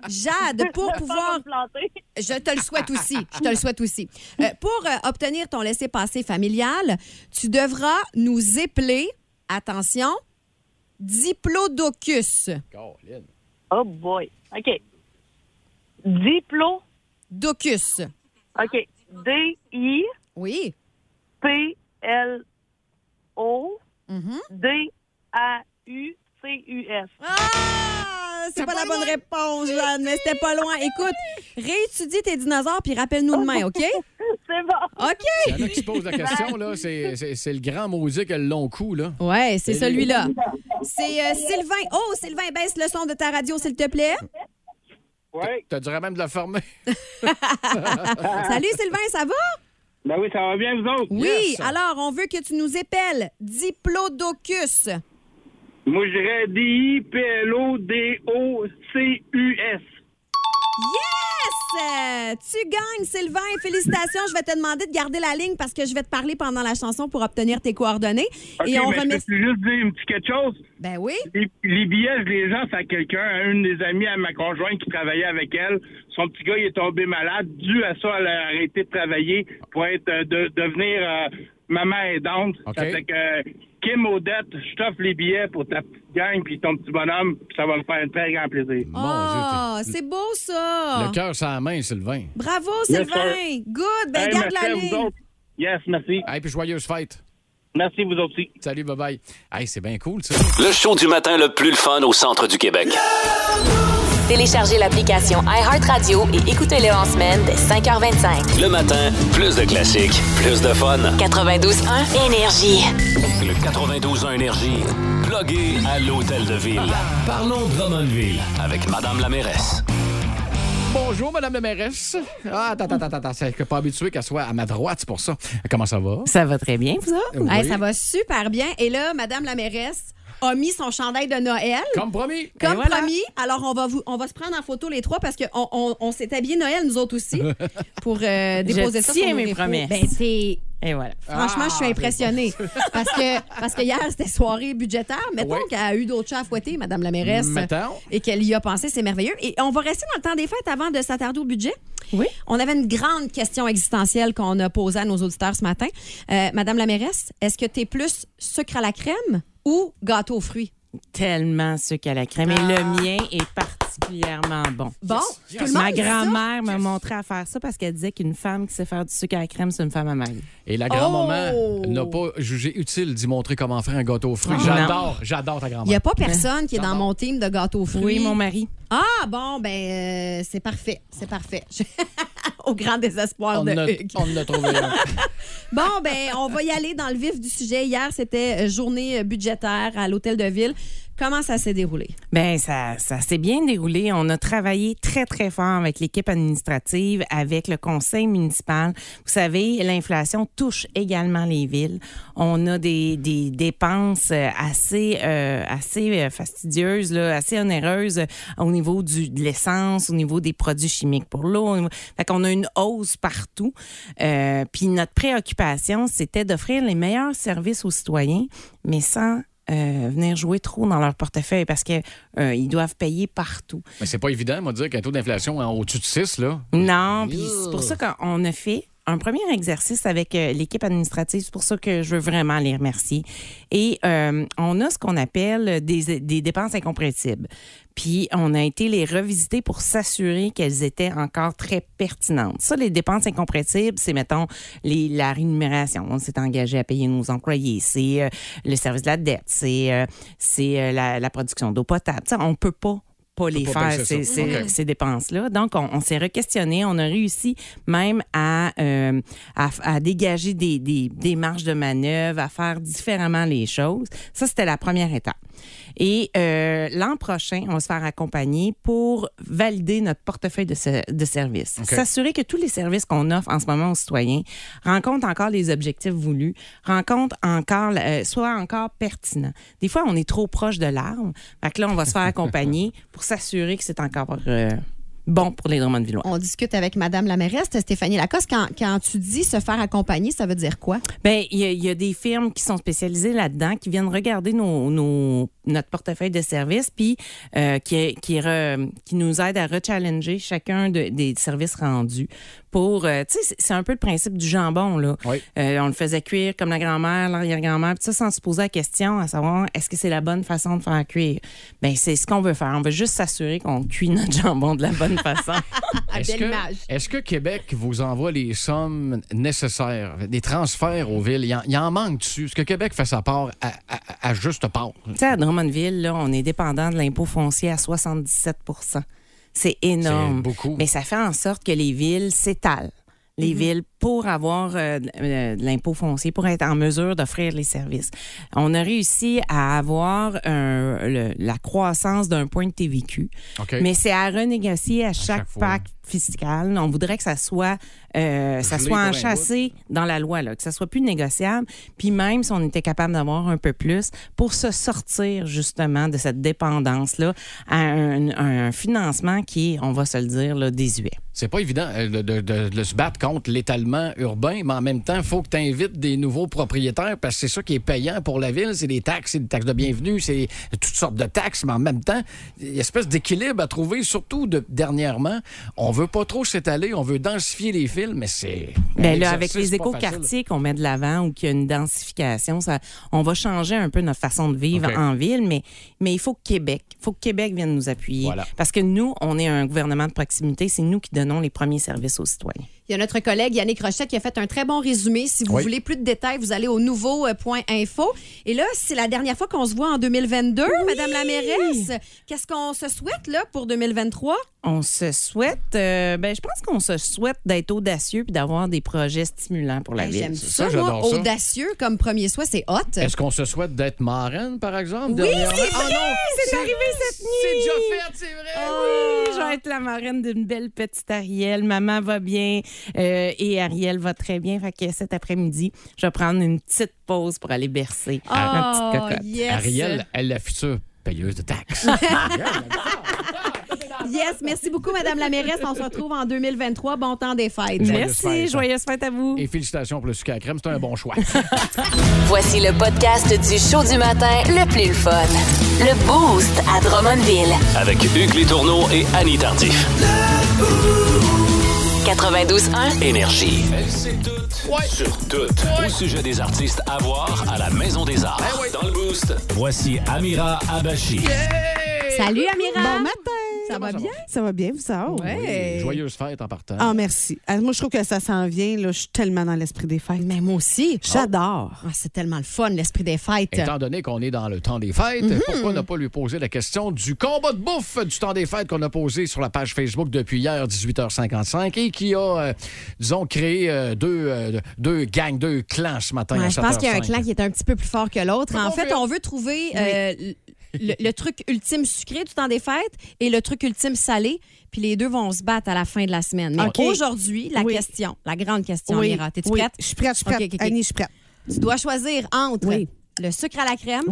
Speaker 4: Jade, pour pouvoir
Speaker 7: planter.
Speaker 4: Je te le souhaite aussi. Je te le souhaite aussi. Euh, pour euh, obtenir ton laissez-passer familial, tu devras nous épeler, attention, diplodocus.
Speaker 3: Colin.
Speaker 7: (laughs) Oh boy. OK. Diplo.
Speaker 4: Docus.
Speaker 7: OK. D-I-P-L-O.
Speaker 4: Oui.
Speaker 10: Mm-hmm.
Speaker 7: D-A-U-C-U-S.
Speaker 4: Ah! C'est pas, la bonne réponse, Jeanne, mais c'était pas loin. Écoute, réétudie tes dinosaures puis rappelle-nous (laughs) demain, OK?
Speaker 7: C'est bon.
Speaker 4: OK!
Speaker 3: Il y en a qui se posent la question, là. C'est, c'est- c'est le grand maudit que le long cou, là.
Speaker 4: Ouais, c'est celui-là. C'est euh, Sylvain. Oh, Sylvain, baisse le son de ta radio, s'il te plaît.
Speaker 11: Oui,
Speaker 3: Tu dirais même de la fermer.
Speaker 4: Salut, Sylvain, ça va?
Speaker 11: Ah. ben oui, ça va bien, vous autres.
Speaker 4: Oui,
Speaker 3: Yes.
Speaker 4: alors on veut que tu nous épelles Diplodocus.
Speaker 11: Moi, je dirais D-I-P-L-O-D-O-C-U-S.
Speaker 4: Yes! Euh, Tu gagnes, Sylvain. Félicitations. Je vais te demander de garder la ligne parce que je vais te parler pendant la chanson pour obtenir tes coordonnées.
Speaker 11: OK,
Speaker 4: Et on
Speaker 11: ben,
Speaker 4: remet.
Speaker 11: je peux juste dire un petit quelque chose.
Speaker 4: Ben oui.
Speaker 11: Les, les billets, je les lance à quelqu'un, à une des amies à ma conjointe qui travaillait avec elle. Son petit gars, il est tombé malade. Dû à ça, elle a arrêté de travailler pour être, euh, de, devenir euh, maman aidante.
Speaker 3: OK.
Speaker 11: Ça fait que euh, Kim Odette, je t'offre les billets pour ta petite gang puis ton petit bonhomme. puis ça va me faire un très grand plaisir.
Speaker 4: Oh, c'est beau ça.
Speaker 3: Le cœur sans la main, Sylvain.
Speaker 4: Bravo,
Speaker 11: Yes,
Speaker 4: Sylvain. Good. Ben
Speaker 11: Hey,
Speaker 4: garde
Speaker 11: merci
Speaker 4: la
Speaker 11: à vous
Speaker 4: ligne.
Speaker 11: autres. Yes, merci.
Speaker 3: Hey, puis joyeuse fête.
Speaker 11: Merci, vous aussi.
Speaker 3: Salut, bye-bye. Hey, c'est bien cool, ça.
Speaker 2: Le show du matin le plus le fun au centre du Québec.
Speaker 1: Téléchargez l'application iHeartRadio et écoutez-le en semaine dès 5h25.
Speaker 2: Le matin, plus de classiques, plus de fun.
Speaker 1: 92.1 Énergie.
Speaker 2: Le 92.1 Énergie, plugué à l'hôtel de ville. Parlons Drummondville avec Madame la mairesse.
Speaker 3: Bonjour, Madame la mairesse. Ah, attends, attends, attends, attends. C'est que pas habitué qu'elle soit à ma droite, c'est pour ça. Comment ça va?
Speaker 9: Ça va très bien, vous autres?
Speaker 3: Oui.
Speaker 4: Hey, ça va super bien. Et là, Madame la mairesse a mis son chandail de Noël.
Speaker 3: Comme promis.
Speaker 10: Ben
Speaker 4: Comme
Speaker 9: voilà.
Speaker 4: promis, alors on va vous, on va se prendre en photo les trois parce qu'on
Speaker 10: (laughs)
Speaker 4: on, on s'est habillés Noël, nous autres aussi, pour euh, déposer ça sur
Speaker 9: tiens
Speaker 4: nos
Speaker 9: mes
Speaker 4: réfos.
Speaker 9: promesses.
Speaker 4: Ben, t'es
Speaker 10: Et voilà.
Speaker 4: Franchement, je suis
Speaker 10: Ah,
Speaker 4: impressionnée. parce que, parce que hier, c'était soirée budgétaire. Mettons
Speaker 10: ben Ouais.
Speaker 4: qu'elle a eu d'autres chats à fouetter, Madame la mairesse.
Speaker 10: Mettons.
Speaker 4: Et qu'elle y a pensé, c'est merveilleux. Et on va rester dans le temps des fêtes avant de s'attarder au budget.
Speaker 10: Oui.
Speaker 4: On avait une grande question existentielle qu'on a posée à nos auditeurs ce matin. Euh, Madame la mairesse, est-ce que tu es plus sucre à la crème ou gâteau aux fruits?
Speaker 10: Tellement sucre à la crème. Et
Speaker 7: Ah.
Speaker 10: le mien est particulièrement bon.
Speaker 4: Bon, tout le monde
Speaker 10: Ma
Speaker 4: dit ça.
Speaker 10: grand-mère m'a montré à faire ça parce qu'elle disait qu'une femme qui sait faire du sucre à la crème, c'est une femme à marier.
Speaker 3: Et la grand-maman
Speaker 4: Oh!
Speaker 3: n'a pas jugé utile d'y montrer comment faire un gâteau aux fruits.
Speaker 10: Ah.
Speaker 3: J'adore, j'adore ta
Speaker 4: Il n'y
Speaker 3: grand-mère.
Speaker 4: a pas personne qui est dans mon team de gâteau aux fruits.
Speaker 10: Oui, mon mari.
Speaker 4: Ah, bon, ben, euh, c'est parfait. C'est parfait. (laughs) Au grand désespoir
Speaker 3: On
Speaker 4: de
Speaker 3: en a-
Speaker 4: Hugues.
Speaker 3: on en a trouvé un. (laughs)
Speaker 4: Bon, ben, on va y aller dans le vif du sujet. Hier, c'était euh, journée euh, budgétaire à l'Hôtel de Ville. Comment ça s'est déroulé?
Speaker 10: Ben ça, ça s'est bien déroulé. On a travaillé très, très fort avec l'équipe administrative, avec le conseil municipal. Vous savez, l'inflation touche également les villes. On a des, des dépenses euh, assez, euh, assez euh, fastidieuses, là, assez onéreuses euh, au niveau du, de l'essence, au niveau des produits chimiques pour l'eau. au niveau- Fait qu'on a une hausse partout. Euh, Puis notre préoccupation, c'était d'offrir les meilleurs services aux citoyens, mais sans euh, venir jouer trop dans leur portefeuille parce que euh, ils doivent payer partout.
Speaker 3: Mais c'est pas évident, moi, de dire qu'un taux d'inflation en- au-dessus de 6, là.
Speaker 10: Non, puis c'est pour ça qu'on a fait un premier exercice avec euh, l'équipe administrative. C'est pour ça que je veux vraiment les remercier. Et euh, on a ce qu'on appelle des, des dépenses incompressibles. Puis on a été les revisiter pour s'assurer qu'elles étaient encore très pertinentes. Ça, les dépenses incompressibles, c'est, mettons, les, la rémunération. On s'est engagé à payer nos employés. C'est euh, le service de la dette. C'est euh, c'est, euh, la, la production d'eau potable. Ça, on peut pas pas les
Speaker 12: peut pas
Speaker 10: faire,
Speaker 12: baisser ça.
Speaker 10: ces- ces-
Speaker 12: Ok.
Speaker 10: ces dépenses-là. Donc, on, on s'est requestionné. On a réussi même à, euh, à, à dégager des, des, des marges de manœuvre, à faire différemment les choses. Ça, c'était la première étape. Et euh, l'an prochain, on va se faire accompagner pour valider notre portefeuille de, se- de services.
Speaker 12: Ok.
Speaker 10: S'assurer que tous les services qu'on offre en ce moment aux citoyens rencontrent encore les objectifs voulus, rencontrent encore, euh, soient encore pertinents. Des fois, on est trop proche de l'arme. Fait que là, on va se faire accompagner pour s'assurer que c'est encore euh, bon pour les Drummondvillois.
Speaker 4: On discute avec Madame la mairesse, Stéphanie Lacoste. Quand, quand tu dis se faire accompagner, ça veut dire quoi?
Speaker 10: Ben, il y, a- il y a des firmes qui sont spécialisées là-dedans, qui viennent regarder nos, nos- notre portefeuille de services, puis euh, qui, qui, re- qui nous aident à rechallenger chacun de- des services rendus. Pour, euh, tu sais, c'est- c'est un peu le principe du jambon là. Euh, on le faisait cuire comme la grand-mère, l'arrière-grand-mère, puis ça sans se poser la question à savoir est-ce que c'est la bonne façon de faire cuire. Ben, c'est ce qu'on veut faire. On veut juste s'assurer qu'on cuit notre (laughs) jambon de la bonne façon.
Speaker 3: Est-ce
Speaker 10: belle
Speaker 3: que,
Speaker 10: image.
Speaker 3: est-ce que Québec vous envoie les sommes nécessaires, des transferts aux villes? Il en, il en manque dessus. Est-ce que Québec fait sa part à, à- à juste part?
Speaker 10: Tu sais, à Drummondville, là, on est dépendant de l'impôt foncier à 77 C'est énorme.
Speaker 3: C'est beaucoup.
Speaker 10: Mais ça fait en sorte que les villes s'étalent. Les
Speaker 12: Mhm.
Speaker 10: villes pour avoir euh, de- euh, de l'impôt foncier, pour être en mesure d'offrir les services. On a réussi à avoir un- le- la croissance d'un point de TVQ,
Speaker 12: OK.
Speaker 10: mais c'est à renégocier à chaque, pacte fiscal. On voudrait que ça soit, euh, ça
Speaker 12: Gelé
Speaker 10: soit
Speaker 12: pour un
Speaker 10: enchâssé dans la loi, là, que ça soit plus négociable. Puis même si on était capable d'avoir un peu plus pour se sortir justement de cette dépendance-là à un, un financement qui est, on va se le dire, là, désuet.
Speaker 3: C'est pas évident euh, de, de- de- de se battre contre l'étalement urbain, mais en même temps, il faut que tu invites des nouveaux propriétaires parce que c'est ça qui est payant pour la ville. C'est des taxes, c'est des taxes de bienvenue, c'est toutes sortes de taxes, mais en même temps, il y a une espèce d'équilibre à trouver, surtout de, dernièrement. On veut pas trop s'étaler, on veut densifier les fils, mais c'est. un
Speaker 10: Ben là,
Speaker 3: exercice
Speaker 10: avec les
Speaker 3: pas facile.
Speaker 10: écoquartiers qu'on met de l'avant ou qu'il y a une densification, ça, on va changer un peu notre façon de vivre
Speaker 12: OK.
Speaker 10: en ville, mais, mais il faut que Québec, il faut que Québec vienne nous appuyer. Parce que nous, on est un gouvernement de proximité, c'est nous qui donnons les premiers services aux citoyens.
Speaker 4: Il y a notre collègue Yannick Rochette qui a fait un très bon résumé. Si vous
Speaker 10: Oui.
Speaker 4: voulez plus de détails, vous allez au nouveau.info. Et là, c'est la dernière fois qu'on se voit en 2022, Madame la mairesse. Qu'est-ce qu'on se souhaite là, pour 2023?
Speaker 10: On se souhaite, euh, ben, je pense qu'on se souhaite d'être audacieux puis d'avoir des projets stimulants pour la
Speaker 13: Ah,
Speaker 4: Hey,
Speaker 10: ville.
Speaker 4: J'aime ça, moi, audacieux comme premier souhait, c'est hot.
Speaker 3: Est-ce qu'on se souhaite d'être marraine, par exemple?
Speaker 4: Oui,
Speaker 3: dernièrement?
Speaker 4: c'est
Speaker 3: Ah
Speaker 4: vrai,
Speaker 3: non,
Speaker 4: c'est arrivé cette nuit. Ah,
Speaker 3: C'est déjà fait, c'est vrai.
Speaker 10: Oui, je vais être la marraine d'une belle petite Ariel. Maman va bien euh, et Ariel va très bien. Fait que cet après-midi, je vais prendre une petite pause pour aller bercer
Speaker 13: Ah!
Speaker 4: Ah,
Speaker 10: ma petite
Speaker 4: (laughs)
Speaker 10: cocotte.
Speaker 3: Ariel, elle est la future payeuse de taxes.
Speaker 4: Yes, merci beaucoup, Madame la mairesse. On se retrouve en 2023. Bon temps des fêtes.
Speaker 10: joyeuse fête à vous.
Speaker 3: Et félicitations pour le sucre à la crème, c'est un bon
Speaker 4: (laughs)
Speaker 3: choix.
Speaker 1: Voici le podcast du show du matin le plus le fun. Le Boost à Drummondville.
Speaker 2: Avec Hugues Létourneau et Annie Tardif.
Speaker 1: 92.1.
Speaker 2: Énergie. Elle sait tout sur tout. Au sujet des artistes à voir à la Maison des Arts. Dans le Boost, voici Amira Abachi.
Speaker 4: Salut, Amira.
Speaker 12: Bon matin.
Speaker 4: Ça va bien?
Speaker 12: Ça va bien, vous ça?
Speaker 3: Oui, Joyeuse fête en partant.
Speaker 12: Ah, merci. Ah, Moi, je trouve que ça s'en vient. Là. Je suis tellement dans l'esprit des fêtes.
Speaker 4: Mais moi aussi.
Speaker 12: J'adore.
Speaker 4: Ah, c'est tellement le fun, l'esprit des fêtes.
Speaker 3: Étant donné qu'on est dans le temps des fêtes,
Speaker 4: Mhm.
Speaker 3: pourquoi ne pas lui poser la question du combat de bouffe du temps des fêtes qu'on a posé sur la page Facebook depuis hier, 18h55, et qui a, euh, disons, créé euh, deux, euh, deux gangs, deux clans ce matin à
Speaker 4: Ouais, je pense qu'il y a un
Speaker 3: 7h05.
Speaker 4: clan qui est un petit peu plus fort que l'autre. En fait,
Speaker 3: confirme.
Speaker 4: on veut trouver euh, le, le truc ultime sucré du temps des fêtes et le truc ultime salé. Puis les deux vont se battre à la fin de la semaine. Mais
Speaker 12: OK.
Speaker 4: aujourd'hui, la
Speaker 12: Oui.
Speaker 4: question, la grande question,
Speaker 12: Oui.
Speaker 4: Mira, t'es-tu
Speaker 12: Oui.
Speaker 4: prête?
Speaker 12: Je suis prête, je suis prête.
Speaker 4: OK, OK, OK.
Speaker 12: Annie, je suis prête.
Speaker 4: Tu dois choisir entre le sucre à la crème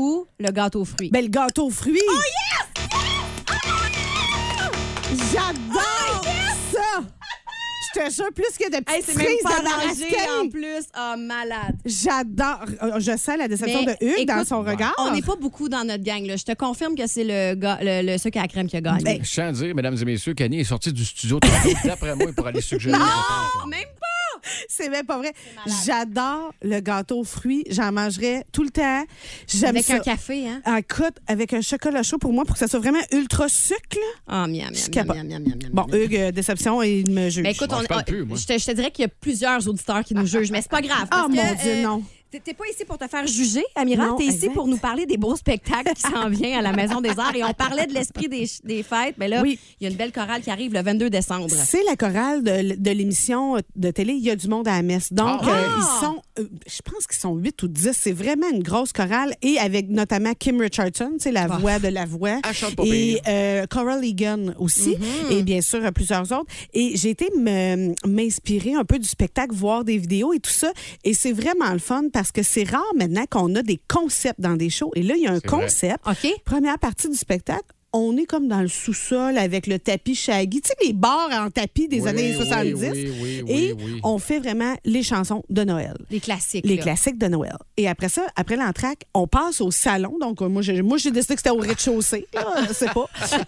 Speaker 4: ou le gâteau aux fruits.
Speaker 12: Ben, le gâteau aux fruits. Oh, yes! J'adore ça! Je te jure, plus que de petites
Speaker 4: Oh, c'est même
Speaker 12: cerises
Speaker 4: pas
Speaker 12: dans la
Speaker 4: arrangé
Speaker 12: rascaille.
Speaker 4: en plus. Ah, malade.
Speaker 12: J'adore. Euh, Je sens la déception
Speaker 4: Mais
Speaker 12: de Hugues dans
Speaker 4: écoute,
Speaker 12: son regard.
Speaker 4: On n'est pas beaucoup dans notre gang. là. Je te confirme que c'est le, ga- le, le sucre à la crème qui a gagné.
Speaker 12: Ben,
Speaker 3: Je tiens à dire, mesdames et messieurs, qu'Annie est sortie du studio tantôt, d'après moi, pour aller suggérer.
Speaker 4: Ah, même
Speaker 12: pas! C'est même pas vrai. J'adore le gâteau aux fruits. J'en mangerais tout le temps. J'aime
Speaker 4: Avec
Speaker 12: ça.
Speaker 4: un café, hein?
Speaker 12: Ah, Écoute, avec un chocolat chaud pour moi, pour que ça soit vraiment ultra sucre.
Speaker 4: Ah, miam, miam, miam, miam, miam, miam.
Speaker 12: Bon, Hugues, euh, déception, il me juge.
Speaker 4: Ben, écoute, on- ah, je, te, je te dirais qu'il y a plusieurs auditeurs (laughs) qui nous jugent, mais c'est pas grave. parce
Speaker 12: Ah,
Speaker 4: que,
Speaker 12: mon Dieu,
Speaker 4: euh,
Speaker 12: non.
Speaker 4: t'es- T'es pas ici pour te faire juger, Amira.
Speaker 12: Non,
Speaker 4: T'es ici
Speaker 12: exact.
Speaker 4: pour nous parler des beaux spectacles qui s'en viennent à la Maison des Arts. Et on parlait de l'esprit des, ch- des fêtes. Mais là, il
Speaker 12: Oui.
Speaker 4: y a une belle chorale qui arrive le 22 décembre.
Speaker 12: C'est la chorale de, l- de l'émission euh, de télé Il y a du monde à la messe. Donc,
Speaker 4: Ah ouais.
Speaker 12: euh, ils sont, euh, je pense qu'ils sont 8 ou 10. C'est vraiment une grosse chorale. Et avec notamment Kim Richardson, c'est la
Speaker 3: Ah.
Speaker 12: voix de la voix.
Speaker 3: Elle chante pas
Speaker 12: Et
Speaker 3: pire. Mm-hmm.
Speaker 12: euh, Coral Egan aussi. Et bien sûr, euh, plusieurs autres. Et j'ai été me- m'inspirer un peu du spectacle, voir des vidéos et tout ça. Et c'est vraiment le fun parce que c'est rare maintenant qu'on a des concepts dans des shows. Et là, il y a un
Speaker 4: C'est vrai.
Speaker 12: concept.
Speaker 4: OK.
Speaker 12: Première partie du spectacle, on est comme dans le sous-sol avec le tapis shaggy. Tu sais, les bars en tapis des
Speaker 3: Oui,
Speaker 12: années
Speaker 3: oui,
Speaker 12: 70.
Speaker 3: oui, oui, oui,
Speaker 12: et
Speaker 3: oui.
Speaker 12: on fait vraiment les chansons de Noël.
Speaker 4: Les classiques.
Speaker 12: Les
Speaker 4: là.
Speaker 12: classiques de Noël. Et après ça, après l'entraque, on passe au salon. Donc, euh, moi, j'ai, moi, j'ai décidé que c'était au rez-de-chaussée. (laughs) là, je sais pas.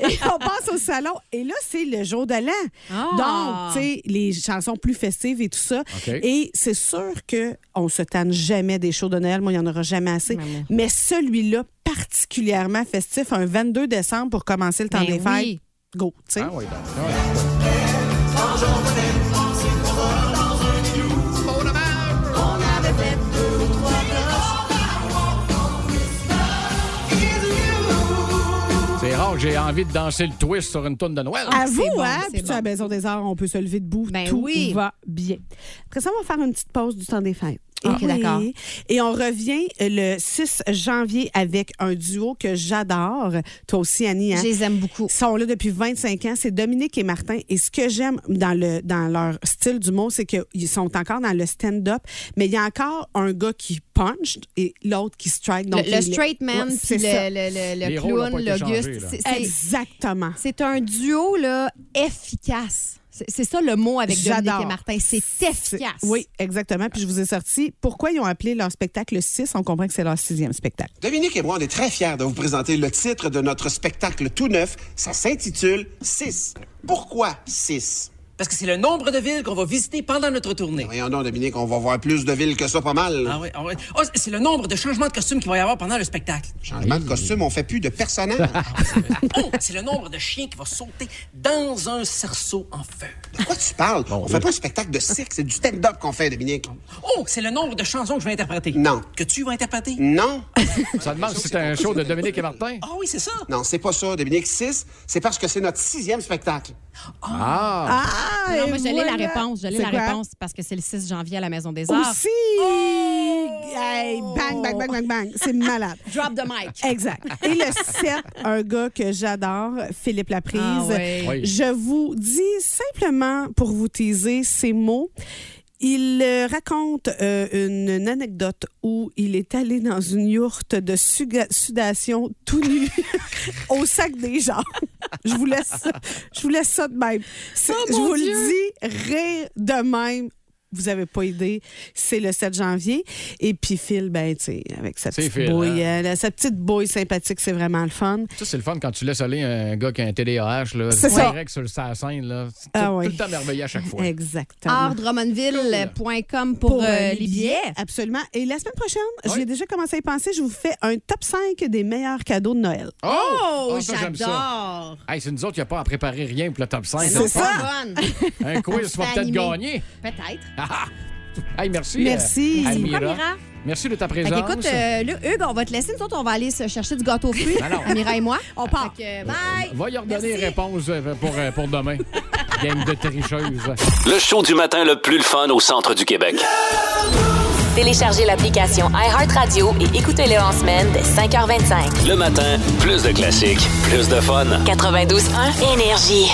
Speaker 12: Et on passe au salon. Et là, c'est le jour de l'an.
Speaker 4: Ah!
Speaker 12: Donc, tu sais, les chansons plus festives et tout ça.
Speaker 4: OK.
Speaker 12: Et c'est sûr qu'on se tanne jamais des shows de Noël. Moi, il n'y en aura jamais assez.
Speaker 4: Maman.
Speaker 12: Mais celui-là, particulièrement festif, un 22 décembre pour commencer le temps
Speaker 4: Ben
Speaker 12: des fêtes.
Speaker 4: oui.
Speaker 12: Go, tu
Speaker 3: Ah
Speaker 12: sais.
Speaker 3: C'est rare que j'ai envie de danser le twist sur une tonne de Noël.
Speaker 4: Ah,
Speaker 12: À vous, hein? Puis tu sais, à la Maison des Arts, on peut se lever debout. tout
Speaker 4: Ben oui.
Speaker 12: va bien. Après ça, on va faire une petite pause du temps des fêtes.
Speaker 4: Ah, Ok, d'accord.
Speaker 12: Et on revient euh, le 6 janvier avec un duo que j'adore. Toi aussi, Annie. hein?
Speaker 4: Je les aime beaucoup.
Speaker 12: Ils sont là depuis 25 ans. C'est Dominique et Martin. Et ce que j'aime dans, le, dans leur style du mot, c'est qu'ils sont encore dans le stand-up. Mais il y a encore un gars qui punch et l'autre qui strike. Donc
Speaker 4: le, le
Speaker 12: il-
Speaker 4: straight man,
Speaker 12: Ouais,
Speaker 4: puis
Speaker 12: c'est
Speaker 4: le,
Speaker 12: ça.
Speaker 4: le, le, le
Speaker 12: Les rôles
Speaker 4: clown,
Speaker 12: ont pas été
Speaker 4: le
Speaker 12: changés,
Speaker 4: Gus,
Speaker 12: là.
Speaker 4: c'est- c'est-
Speaker 12: Exactement.
Speaker 4: C'est un duo là, efficace. C'est- C'est ça le mot avec Dominique
Speaker 12: J'adore.
Speaker 4: et Martin. C'est efficace.
Speaker 12: Oui, exactement. Puis je vous ai sorti pourquoi ils ont appelé leur spectacle le 6. On comprend que c'est leur sixième spectacle.
Speaker 14: Dominique et moi, on est très fiers de vous présenter le titre de notre spectacle tout neuf. Ça s'intitule 6. Pourquoi 6?
Speaker 13: Parce que c'est le nombre de villes qu'on va visiter pendant notre tournée.
Speaker 14: Voyons donc, Dominique, on va voir plus de villes que ça, pas mal.
Speaker 13: Ah oui, ah oui. Ah, c'est le nombre de changements de costumes qu'il va y avoir pendant le spectacle.
Speaker 14: Changement de costume, on fait plus de personnages.
Speaker 13: Oh, c'est le nombre de chiens qui va sauter dans un cerceau en feu.
Speaker 14: de quoi tu parles? on fait pas un spectacle de cirque, c'est du stand-up qu'on fait, Dominique.
Speaker 13: Oh, c'est le nombre de chansons que je vais interpréter.
Speaker 14: Non.
Speaker 13: Que tu vas interpréter?
Speaker 14: Non.
Speaker 3: Ça demande si c'est un show de Dominique et Martin.
Speaker 13: Ah oui, c'est ça.
Speaker 14: Non, c'est pas ça, Dominique. 6, c'est parce que c'est notre sixième spectacle.
Speaker 3: Ah!
Speaker 4: non, moi,
Speaker 12: et
Speaker 4: j'allais
Speaker 12: voilà.
Speaker 4: la réponse. J'allais
Speaker 12: C'est
Speaker 4: la
Speaker 12: quoi?
Speaker 4: réponse parce que c'est le 6 janvier à la Maison des Arts.
Speaker 12: Aussi!
Speaker 4: Oh!
Speaker 12: Hey, bang, bang, bang, bang, bang. C'est malade.
Speaker 4: Drop the (laughs) mic.
Speaker 12: Exact. Et le 7, un gars que j'adore, Philippe Laprise.
Speaker 4: Ah ouais. Oui.
Speaker 12: Je vous dis simplement pour vous teaser ces mots. Il euh, raconte euh, une, une anecdote où il est allé dans une yourte de suga- sudation tout nu (laughs) au sac des gens. Je vous laisse, je vous laisse ça de même. C'est-
Speaker 4: Oh,
Speaker 12: je
Speaker 4: mon
Speaker 12: vous
Speaker 4: Dieu!
Speaker 12: le dis, rire de même. Vous n'avez pas idée, c'est le 7 janvier. Et puis Phil, ben, tu sais, avec sa
Speaker 3: C'est
Speaker 12: petite,
Speaker 3: Phil,
Speaker 12: bouille,
Speaker 3: hein?
Speaker 12: euh, la- sa petite bouille sympathique, c'est vraiment le fun.
Speaker 3: Ça, c'est le fun quand tu laisses aller un gars qui a un TDAH, là,
Speaker 12: C'est ça.
Speaker 3: direct sur sa scène, là. C'est
Speaker 12: Ah
Speaker 3: tout,
Speaker 12: oui. Eh.
Speaker 3: tout le temps merveilleux à chaque fois.
Speaker 12: Exactement.
Speaker 4: Ardromanville.com pour, euh, les billets.
Speaker 12: Absolument. Et la semaine prochaine, j'ai déjà commencé à y penser, je vous fais un top 5 des meilleurs cadeaux de Noël.
Speaker 3: Oh!
Speaker 4: Oh,
Speaker 3: Ah, ça, j'aime ça.
Speaker 4: j'adore.
Speaker 3: Hey, c'est nous autres qui n'avons pas à préparer rien pour le top 5.
Speaker 12: C'est
Speaker 3: fun.
Speaker 4: (laughs)
Speaker 3: Un quiz, tu vas peut-être gagner.
Speaker 4: Peut-être.
Speaker 3: Ah! hey, merci.
Speaker 4: Merci.
Speaker 3: euh,
Speaker 4: Merci beaucoup,
Speaker 3: Amira.
Speaker 4: Amira.
Speaker 3: Merci de ta
Speaker 4: Fait que,
Speaker 3: présence.
Speaker 4: écoute, euh, là, Hugues, on va te laisser. Nous autres, on va aller se chercher du gâteau aux fruits,
Speaker 3: Ben non. Ben,
Speaker 4: Amira et moi. On part. Fait que, bye!
Speaker 3: Va y redonner les réponses euh, pour, euh, pour
Speaker 4: (laughs)
Speaker 3: demain. Game de tricheuse.
Speaker 2: Le show du matin le plus le fun au centre du Québec.
Speaker 1: Téléchargez l'application iHeartRadio et écoutez-le en semaine dès 5h25.
Speaker 2: Le matin, plus de classiques, plus de fun.
Speaker 1: 92.1 Énergie.